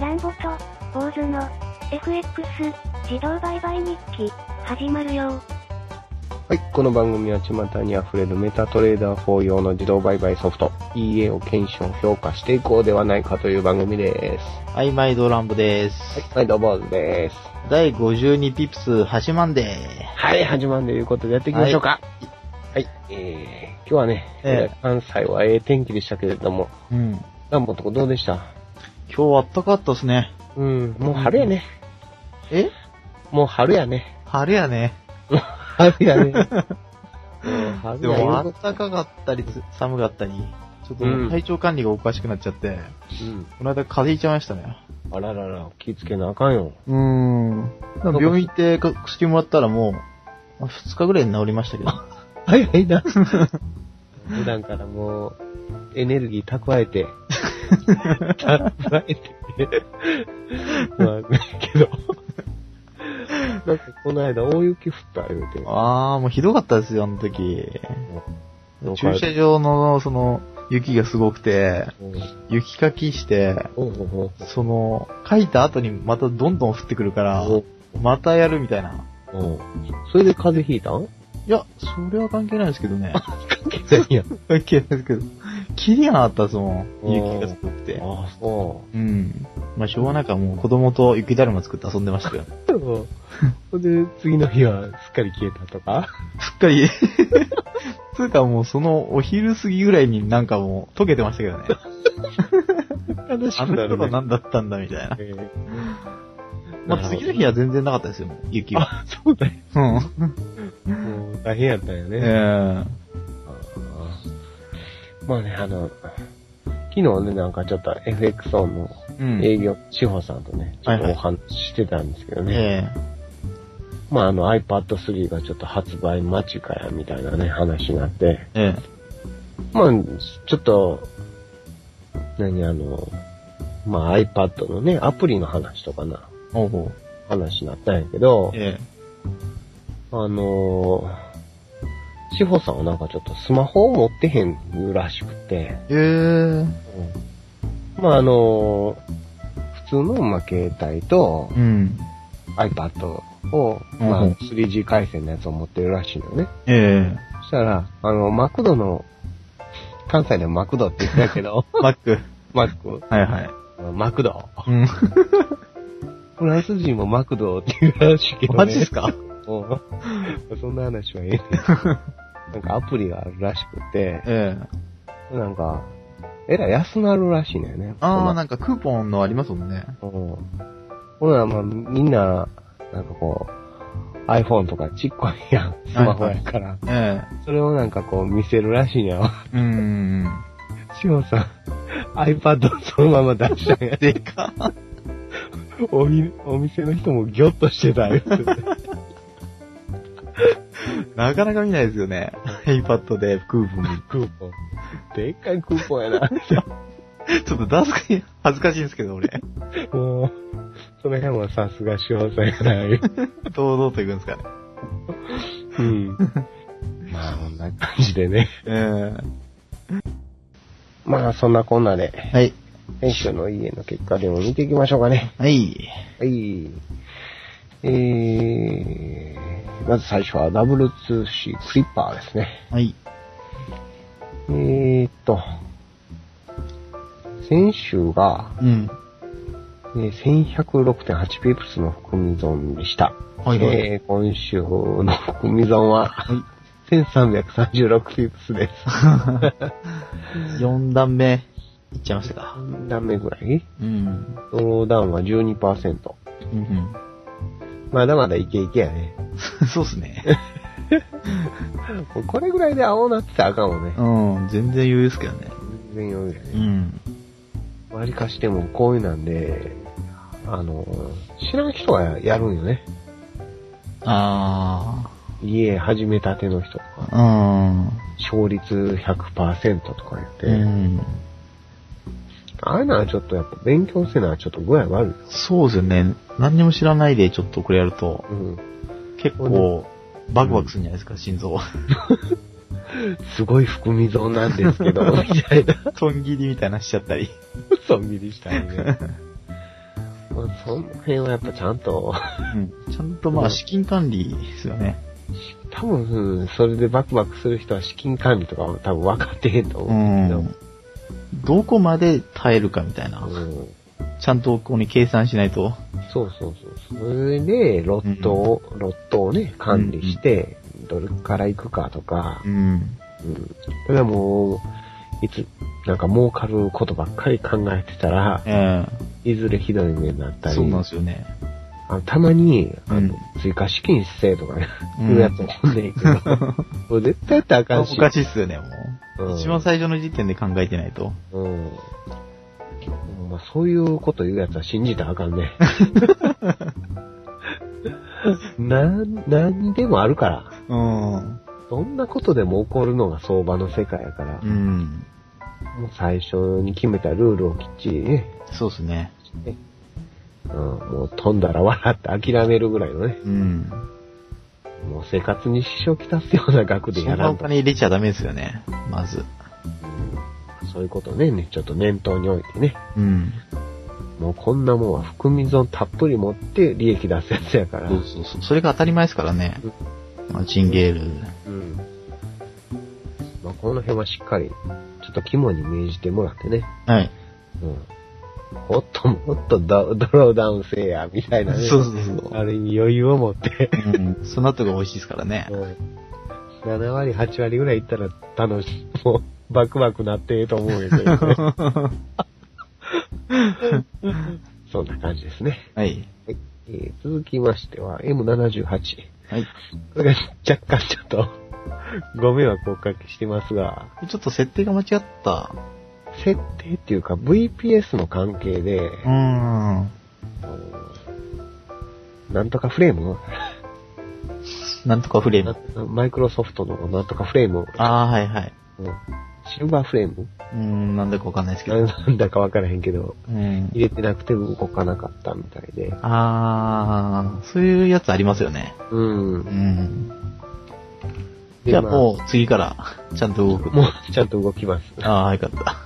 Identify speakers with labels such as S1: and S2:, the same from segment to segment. S1: ランボと、坊主の、FX、自動売買日記、始まるよ
S2: はい、この番組は巷に溢れるメタトレーダー4用の自動売買ソフト EA を検証評価していこうではないかという番組です。
S3: はい、毎度ランボです。
S2: はい、どうもです。
S3: 第52ピプス8万で
S2: はい、始まるということでやっていきましょうか。はい、えー、今日はね、
S3: え
S2: えー関西はええ天気でしたけれども、
S3: うん。今
S2: ランボとこどうでした
S3: 日はあったかったっすね。
S2: うん、もう春やね。
S3: え
S2: もう春やね。
S3: 晴れやね。
S2: 春やね。 うん春
S3: でも、あったかかったり、寒かったり、ちょっと
S2: うん
S3: 体調管理がおかしくなっちゃって、
S2: うん。
S3: この間風邪ひいちゃいましたね。
S2: あららら、気ぃつけなあかんよ。
S3: うーん。なんか病院行ってか薬もらったらもう、2日ぐらいで治りましたけど。
S2: はいはい な。普段からもう、エネルギー蓄え て、蓄えて、まあ、けど、なんかこの間大雪降った言うて、
S3: あー、もうひどかったですよ、あの時。
S2: どうか
S3: 駐車場の、その、雪がすごくて、雪かきして、
S2: おうおう
S3: その、書いた後にまたどんどん降ってくるから、
S2: おう
S3: またやるみたいな。
S2: おうそれで風邪ひいたん
S3: いや、それは関係ないですけ どね。
S2: いや。
S3: 関係ないですけど。キリがなかったですもん。
S2: おー
S3: 雪がすごくて。
S2: ああ、そ
S3: うん。まあ、しょうがないからもう子供と雪だるま作って遊んでましたけど。す
S2: う。ほんで、次の日はすっかり消えたとか
S3: っ かり。つうかもうそのお昼過ぎぐらいになんかもう溶けてました けどね。
S2: 悲し
S3: あ
S2: くな
S3: の
S2: る
S3: 人が
S2: ね。
S3: 何だったんだみたいな。
S2: えー
S3: まあ、次の日は全然なかったですよ、もう雪は。
S2: あ、そうだよ。
S3: うん。
S2: もう大変やったよね。
S3: ええ。
S2: まあね、あの、昨日ね、なんかちょっと FXO の
S3: うん。
S2: 営業、志保さんとね、ちょっ
S3: はいは
S2: とお
S3: い
S2: 話ししてたんですけどね。
S3: え
S2: まああの iPad 3がちょっと発売間近やみたいなね、話になって。
S3: え。え
S2: まあ、ちょっと、何あの、まあ iPad のね、アプリの話とかな、
S3: え。おうほう。
S2: 話になったんやけど、
S3: ええ。
S2: あのー、志保さんはなんかちょっとスマホを持ってへんらしくて、
S3: ええ。
S2: まああの、普通の、まあ、携帯と
S3: うん。
S2: iPad を、
S3: うん
S2: まあ、3G 回線のやつを持ってるらしいのよね。
S3: ええ。
S2: そしたら、あの、マクドの、関西でもマクドって言ってたけど、
S3: マック。
S2: マック
S3: はいはい。
S2: あのマクド。
S3: うん。
S2: フランス人もマクドっていうらしいけどね。
S3: マジっすか
S2: うんそんな話はええねん。なんかアプリがあるらしくて、
S3: ええ。
S2: なんか、えらい安なるらしいのよね。
S3: ああ、なんかクーポンのありますもんね。
S2: うん。ほら、まあ、みんな、なんかこう、iPhone とかちっこいやん、スマホやから。
S3: え
S2: それをなんかこう見せるらしいん やわ。
S3: え。うーん。
S2: しおさん、iPad をそのまま出したんや。
S3: でかっ
S2: おみお店の人もギョッとしてたよ。
S3: なかなか見ないですよね。iPad でクーポン。
S2: クーポン。でっかいクーポンやな。
S3: ちょっと出すか、恥ずかしいんですけど、 俺。
S2: もう、その辺はさすがしおさんやな。言う
S3: 堂々と行くんですかね。
S2: うん。まあ、こんな感じでね。
S3: え
S2: まあ、そんなこんなで、
S3: え。はい。
S2: 編集の家の結果でも見ていきましょうかね。
S3: はい。
S2: はい。えー、まず最初は W2C クリッパーですね。
S3: はい。
S2: えーっと、先週が、
S3: うん。
S2: えー1106.8ピープスの含み損でした。
S3: はいはい
S2: えー今週の含み損は、1336ピープスです。
S3: 4段目、いっちゃいましたか。
S2: 3段目ぐらい
S3: うん。
S2: ドローダウンは12%。
S3: うん、
S2: まだまだイケイケやね。
S3: うん。 そうっすね。
S2: これぐらいで青なってたらあかんもんね。
S3: うん。全然余裕ですけどね。
S2: 全然余裕やね。
S3: うん。
S2: わりかしてもこういうなんで、あの、知らん人がやるんよね。
S3: あ
S2: 家始めたての人とか、
S3: あ。
S2: 勝率100%とか言って、
S3: うん。うん。
S2: ああいうのはちょっとやっぱ勉強せなちょっと具合悪いよ。
S3: そうですよね。何にも知らないでちょっとこれやると、
S2: うん。
S3: 結構、バクバクするんじゃないですか、心 臓。
S2: すごい含み損なんです けど、みたいな。
S3: トン切りみたいなのしちゃったり。
S2: そんびりしたいね。まあ、その辺はやっぱちゃんと、
S3: うん。ちゃんとまあ、資金管理ですよね。
S2: 多分、うんそれでバクバクする人は資金管理とかは多分分かってへんと
S3: う
S2: 思うん
S3: ん。どこまで耐えるかみたい
S2: だ
S3: な
S2: け。ど、うん
S3: ちゃんとここに計算しないと。
S2: そうそうそう。それで、ロットを、ロットをね、管理して、どれから行くかとか、
S3: ん。
S2: うん。それはもう、いつ、なんか儲かることばっかり考えてたら、
S3: え
S2: いずれひどい目になっ
S3: え
S2: たり、
S3: そうなんですよね。
S2: あのたまに、あの
S3: うん、
S2: 追加資金制とかね、
S3: うん
S2: いうやつもおんねんけど、 もう絶対やったらあか
S3: お
S2: んし。
S3: かしいっすよね、も
S2: う
S3: う。
S2: ん
S3: 一番最初の時点で考えてないと。
S2: うん。まあ、そういうこと言うやつは信じたらあかんね。 なん、何でもあるから。
S3: うん。
S2: どんなことでも起こるのが相場の世界やから、
S3: うん。
S2: もう最初に決めたルールをきっちりね、
S3: そうですね。
S2: うん、もう飛んだら笑って諦めるぐらいのね、
S3: うん。
S2: もう生活に支障をきたすような額
S3: そ
S2: で
S3: ん
S2: やら
S3: なんお
S2: と。
S3: 金入れちゃダメですよね。まず。
S2: そういうことをねね、ちょっと念頭に置いてね、
S3: うん。
S2: もうこんなもんは含み損たっぷり持って利益出すやつやから。
S3: そうそうそう。それが当たり前ですからね。まあ、チンゲール。
S2: うん。まあ、この辺はしっかり、ちょっと肝に銘じてもらってね。
S3: はい。
S2: うん。もっともっとドドローダウンせえや、みたいなね。
S3: そうそうそう。
S2: ある意味余裕を持って。
S3: うん。その後が美味しいですから ね。
S2: うん7割、8割ぐらいいったら楽しい。もう、バクバクなってええと思うんやけどね。 そんな感じですね。
S3: はい。
S2: はい。えー続きましては、M78。
S3: はい。
S2: これが若干ちょっと、ご迷惑をおかけしてますが、
S3: ちょっと設定が間違った。
S2: 設定っていうか VPS の関係で、
S3: うーん。
S2: なんとかフレーム
S3: なんとかフレーム。
S2: なマイクロソフトのなんとかフレーム
S3: ああ、はいはい。
S2: うんシルバーフレーム
S3: うーん、なんだかわかんないですけど。
S2: なんだかわからへんけど、
S3: うん。
S2: 入れてなくて動かなかったみたいで。
S3: ああ、そういうやつありますよね。
S2: うん
S3: う。ん。
S2: で
S3: じゃあ
S2: まあ
S3: もう次から、ちゃんと動く。
S2: もうちゃんと動きます。
S3: ああ、よか った。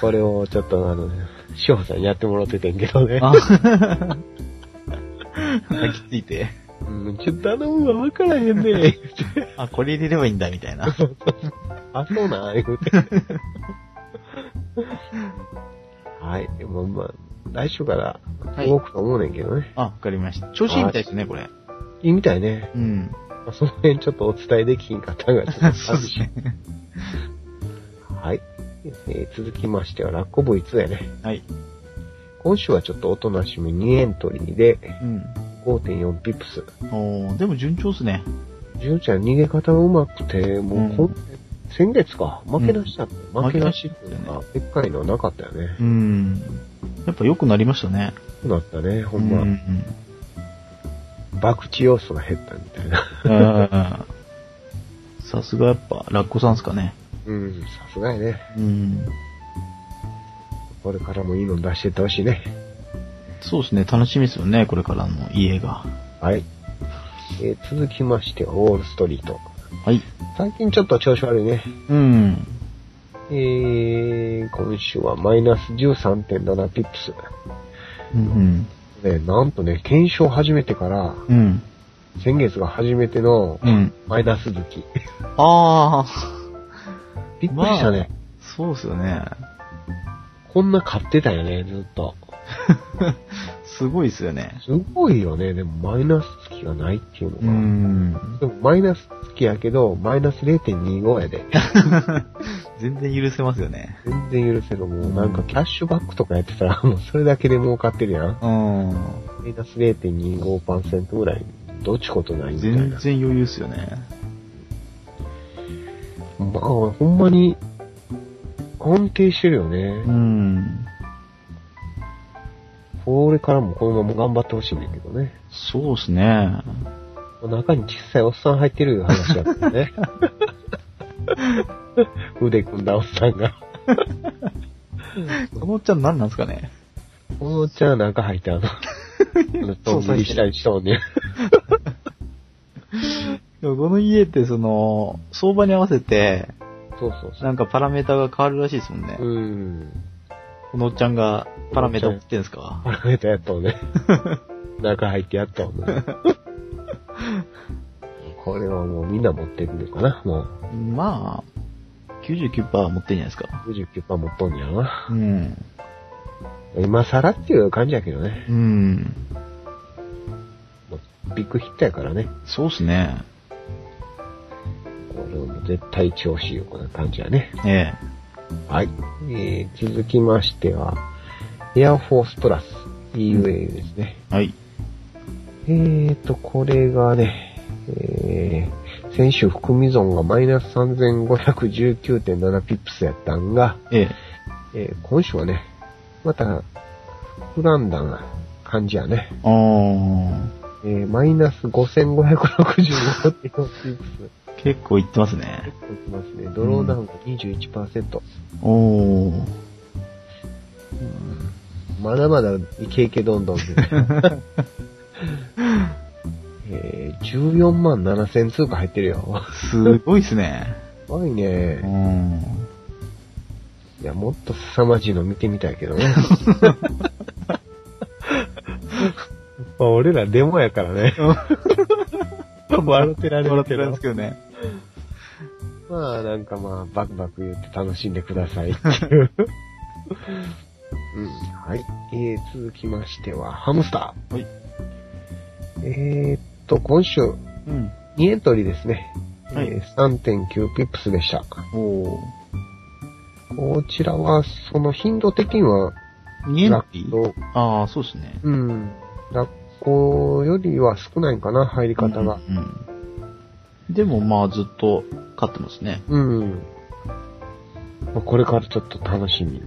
S2: これをちょっとあの、志保さんにやってもらっててんけどね。
S3: あー抱きついて。
S2: うん、ちょっと頼むわ、わからへん ね。
S3: あ、これ入れればいいんだ、みたいな。
S2: あ、そうなん言うて。はい。でもまあ、来週から
S3: はい
S2: 動くと思うねんけどね。
S3: あ、わかりました。調子いいみたいですね、これ。
S2: いいみたいね。
S3: うん。
S2: まあその辺ちょっとお伝えできひんかったの がちょっと
S3: そうですね。
S2: はい。えー続きましては、ラッコ V2 やね。
S3: はい。
S2: 今週はちょっとおとなしみ2エントリーで
S3: うん。
S2: 5.4ピップス。
S3: おー、でも順調っすね。
S2: ジュンちゃん逃げ方がうまくて、もうこん、
S3: うん
S2: 先月か、負けなしだった、負けなしっていう
S3: 負
S2: か、でっかいのはなかったよね。
S3: うん。やっぱ良くなりましたね。
S2: そうなったね、ほ
S3: うん
S2: ま。
S3: ん。
S2: 博打要素が減ったみたいな。
S3: うんさすがやっぱ、ラッコさんですかね。
S2: うん、さすがやね。
S3: うん。
S2: これからもいいの出してってほしいね。
S3: そうですね、楽しみですよね、これからの家が。
S2: はい。えー続きましては、ウォールストリート。
S3: はい。
S2: 最近ちょっと調子悪いね。
S3: うん。
S2: えー、今週はマイナス13.7ピップス。
S3: うん
S2: ね、なんとね、検証始めてから、
S3: うん。うん。
S2: 先月が初めての
S3: うん。
S2: マイナス月。
S3: ああ、
S2: びっくりしたね。
S3: そうですよね。
S2: こんな買ってたよね、ずっと。
S3: すごいですよね。
S2: すごいよね、でもマイナス月がないっていうの
S3: う
S2: が。
S3: ん。
S2: でもマイナス月やけど、マイナス0.25やで。
S3: 全然許せますよね。
S2: 全然許せる。もうなんかキャッシュバックとかやってたら、 もうそれだけで儲かってるやん。
S3: うん。
S2: マイナス0.25%ぐらい、どっちことないみたい
S3: 全
S2: な。
S3: 然余裕っすよね。
S2: まあ、ほんまに、安定してるよ
S3: う
S2: ね。
S3: ん。
S2: これからもこのまま頑張ってほしいんだけどね。
S3: そうですね。
S2: 中に小さいおっさん入ってるいう話だった ね。腕組んだおっさんが。
S3: このおっちゃん何なんですかね。
S2: このおっちゃんは中入ってあの、あの
S3: そう
S2: とんぶりしたりしとんね。
S3: でもこの家ってその、相場に合わせて、
S2: そうそうそ
S3: なんかパラメータが変わるらしいですもんね
S2: う。。うん。
S3: このおっちゃんがパラメータ持ってんすか
S2: パラメータやったのね。中入ってやったのね。これはもうみんな持ってるのかなもう
S3: まあ、99%持ってんじゃないですか。
S2: 99%持っとんやろな。
S3: うん。
S2: 今更っていう感じやけどね。
S3: うん。
S2: ビッグヒットやからね。
S3: そうっすね。
S2: これも絶対調子いいような感じやね。
S3: ええ。
S2: はい。えー、続きましては、エアフォースプラス EUA ですね。
S3: はい。
S2: えーと、これがね、えー、先週含み損がマイナス3519.7ピップスやったんが、
S3: ええ。
S2: えー今週はね、また、膨らんだ感じやね。
S3: あー、
S2: えー、マイナス5565っていうピップス。
S3: 結構いってますね。
S2: いきますね。ドローダウンが21%。
S3: おー。
S2: まだまだイケイケどんど んで。えー、14万7000通貨入ってるよ。
S3: すごいっすね。
S2: すごいうね。
S3: ん。
S2: いや、もっと凄まじいの見てみたいけど ね。まあ、俺らデモやから ね。笑ってられ
S3: 笑
S2: る
S3: って
S2: け
S3: るんで
S2: ど
S3: す。けどね。
S2: まあ、なんかまあ、バクバク言って楽しんでくださいって いう。うん、はい。えー、続きましては、ハムスター。
S3: はい。
S2: えー、っと、今週、
S3: うん。
S2: 2エントリーですね。
S3: はい
S2: えー3.9ピップスでした。
S3: おー。
S2: こちらは、その頻度的には、
S3: 2エントリー
S2: ラッコ
S3: あー、そうっすね。
S2: うん、ラッコよりは少ないんかな、入り方が。
S3: うん。うんでもまあずっと勝ってますね。
S2: うん。まあ、これからちょっと楽しみ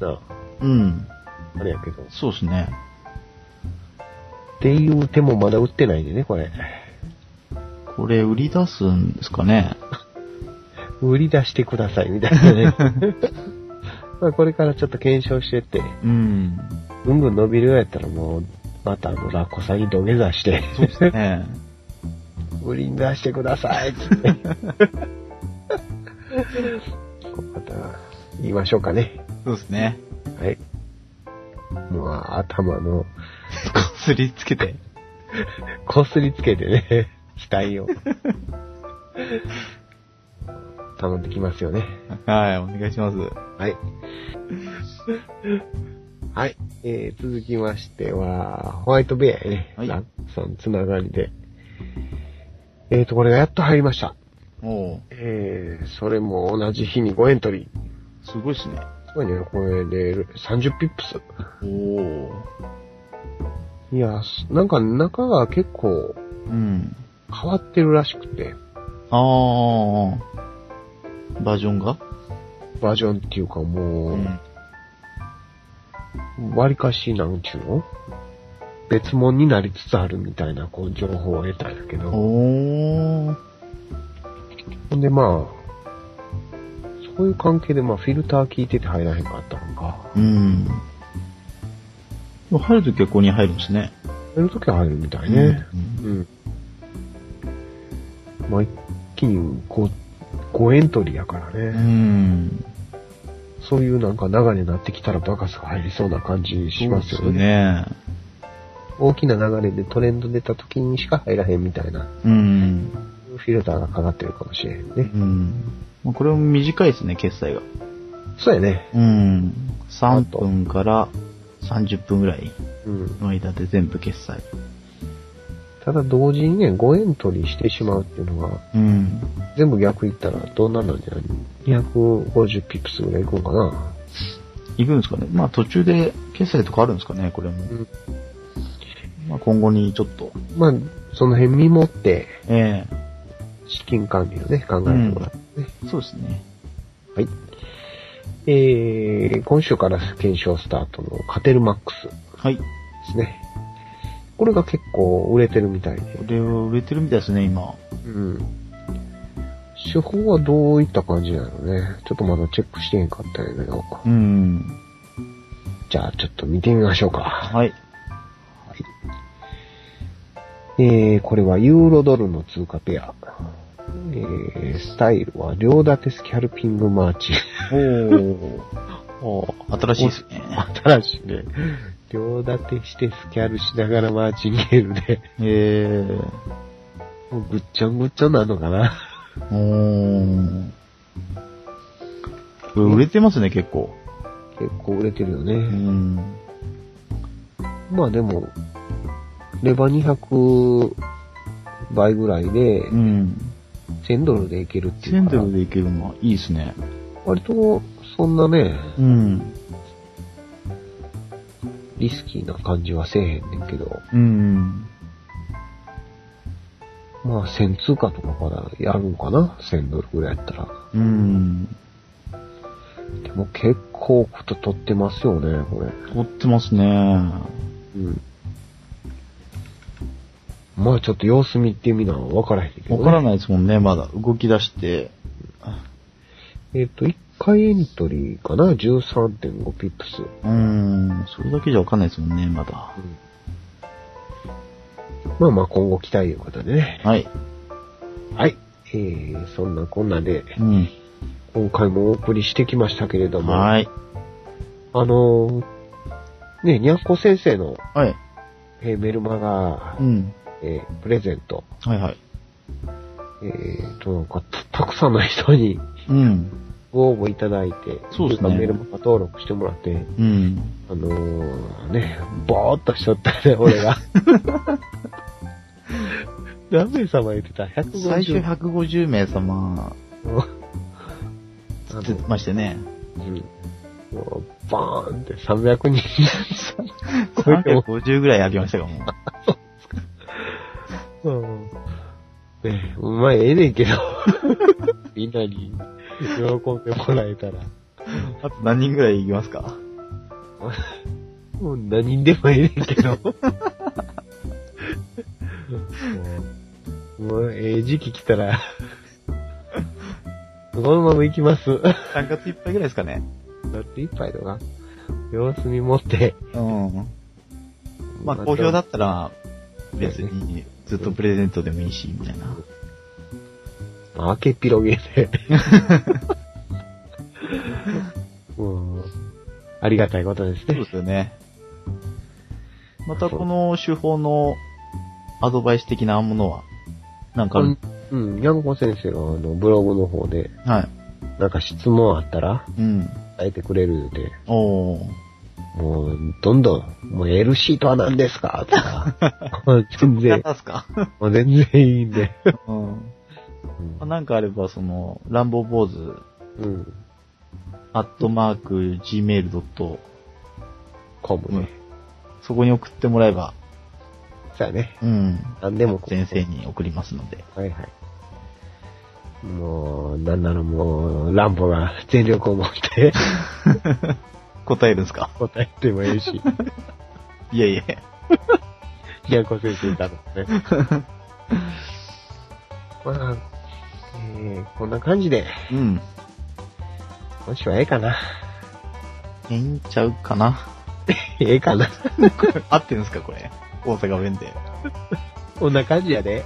S2: な、
S3: うん。
S2: あれやけど。っ
S3: そうっすね。
S2: ていう手もまだ打ってないでね、これ。
S3: これ売り出すんですかね。
S2: 売り出してください、みたいなね。まあこれからちょっと検証してって、
S3: うん。
S2: ぐんぐん伸びるようやったらもう、またあの、ラッコ詐欺土下座して、
S3: そうっすね。
S2: 売りに出してくださいっつって。また、言いましょうかね。
S3: そうっすね。
S2: はい。まあ、頭の、
S3: こすりつけて。
S2: こすりつけてね、 額を。頼んできますよね。
S3: はい、お願いします。
S2: はい。はい。えー、続きましては、ホワイトベアやね。
S3: はい
S2: ラックさんつながりで。えーと、これがやっと入りました。
S3: おー。
S2: えー、それも同じ日に5エントリー。
S3: すごいっすね。
S2: すごいね、これで30ピップス。
S3: おー。
S2: いや、すなんか中が結構
S3: うん。
S2: 変わってるらしくて、
S3: あー。バージョンが
S2: バージョンっていうか
S3: う
S2: もう、割かしなんちゅうの別物になりつつあるみたいな、こう、情報を得たんやけど。
S3: おー。
S2: ほんでまあ、そういう関係でまあ、フィルター効いてて入らへんかったのか。
S3: うん。入るときはここに入るんですね。
S2: 入るときは入るみたいね。
S3: うん
S2: うん。まあ、一気に5、5エントリーやからね。
S3: うん。
S2: そういうなんか流れになってきたらバカスが入りそうな感じしますよ
S3: そうっ
S2: ね。
S3: ね。
S2: 大きな流れでトレンド出た時にしか入らへんみたいな、
S3: うん。
S2: フィルターがかかってるかもしれんね。
S3: うん。まあこれも短いですね、決済が。
S2: そうやね。
S3: うん。3
S2: あと
S3: 分から30分ぐらい
S2: うん。
S3: の間で全部決済。
S2: ただ同時にね、5エントリーしてしまうっていうのは、
S3: うん。
S2: 全部逆いったらどうなんなんじゃない ?250 ピプスぐらいいくんかな。
S3: いくんですかね。まあ途中で決済とかあるんですかね、これも。
S2: ん
S3: まあ今後にちょっと。
S2: まあ、その辺見持って、
S3: ええ
S2: 資金管理をね、考えてもらってね。
S3: そうですね。
S2: はい。えー、今週から検証スタートのカテルマックス。
S3: はい。
S2: ですね。これが結構売れてるみたいで。
S3: これは売れてるみたいですね、今。
S2: うん。手法はどういった感じなのね。ちょっとまだチェックしてへんかったんやけど。
S3: うん。
S2: じゃあちょっと見てみましょうか。
S3: はい。
S2: えー、これはユーロドルの通貨ペア。えー、スタイルは両立てスキャルピングマーチ。
S3: おー。おー 新しいですね。
S2: 新しいね。両立てしてスキャルしながらマーチンゲールで、
S3: え
S2: もうぐっちゃんぐっちゃんなのかな。
S3: ー、おー。売れてますね、結構。
S2: 結構売れてるよ
S3: う
S2: ね。
S3: ん。
S2: まあでも、レバー200倍ぐらいで
S3: うん。
S2: 1000ドルでいけるってい
S3: セ
S2: う
S3: ン
S2: か
S3: ド
S2: ら
S3: ルでいけるのはいいですね。
S2: 割とそんなね、
S3: うん。
S2: リスキーな感じはせえへんねんけど、
S3: うん。
S2: まあ1000通貨とかからやるんかな ?1000 ドルぐらいやったら。
S3: うん。
S2: でも結構こと取ってますよね、これ。
S3: 取ってますね。
S2: うん。まあちょっと様子見てみな、わからへんけど、
S3: わ
S2: ね。
S3: からないですもんね、まだ。動き出して。
S2: えっ、と、1回エントリーかな ?13.5 ピップス。
S3: うん。それだけじゃわかんないですもんね、まだ。
S2: まあまあ今後期待ということでね。
S3: はい。
S2: はい。えー、そんなこんなで、
S3: うん。
S2: 今回もお送りしてきましたけれども、
S3: はい。
S2: あのー、ね、にゃんこ先生の、
S3: はい。
S2: えーメルマガ
S3: う、ん。
S2: えープレゼント、
S3: はいはい。
S2: えー、と、なんかた、たくさんの人に
S3: うん。
S2: ご応募いただいて、
S3: そうです
S2: といか
S3: ね
S2: メルマガ登録してもらって、
S3: うん。
S2: あのー、ね、ぼーっとしとったね、 俺が。何名様言ってた ?150。
S3: 最初150名様
S2: あの
S3: ってましてね。
S2: うんもうバーンって300人。これでも
S3: 350ぐらいありましたかも。
S2: うんねえ、うまい、ええねんけど。 みんなに喜んでもらえたら。
S3: あと何人ぐらいいきますか
S2: もう何人でもええねんけ ど。もうもうええ時期来たら、このまま行きます。
S3: ?3 月いっぱいぐらいですかね。
S2: だって一杯とか、様子見持って。
S3: うん。まあ、好評だったら、別にずっとプレゼントでもいいし、みたいな。
S2: まあ、開けっ広げ で。もう、ありがたいことです
S3: そう
S2: ね
S3: で。すよね。またこの手法のアドバイス的なものは、なんかある、
S2: うん、にゃんこ先生のあのブログの方で、
S3: はい。
S2: なんか質問あったら、
S3: うん。
S2: 答えてくれるで、
S3: おー。
S2: もう、どんどん、もう LC とは何ですかとか、もう全 然、
S3: 方ですか
S2: もう全然いいんで。
S3: うん。
S2: うん
S3: まあなんかあれば、その、乱暴坊主、
S2: うん、
S3: アットマーク、gmail.com。
S2: かもね。
S3: そこに送ってもらえば、
S2: そうやね。
S3: うん。
S2: 何でもこう
S3: 先生に送りますので。
S2: はいはい。もう、なんならもう、ランボが全力を持って
S3: 答えるんですか
S2: 答えてもいいし、
S3: いえいえ。
S2: にゃんこ先生だろうね。まあ、えー、こんな感じで、
S3: うん。
S2: 今週はええかな。
S3: ええんちゃうかな
S2: ええかな。
S3: 合ってるんですかこれ。大阪弁で。
S2: こんな感じやで。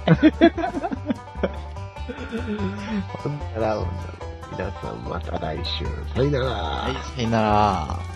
S2: ほんなら、皆さんまた来週。さよなら。
S3: はい、さよなら。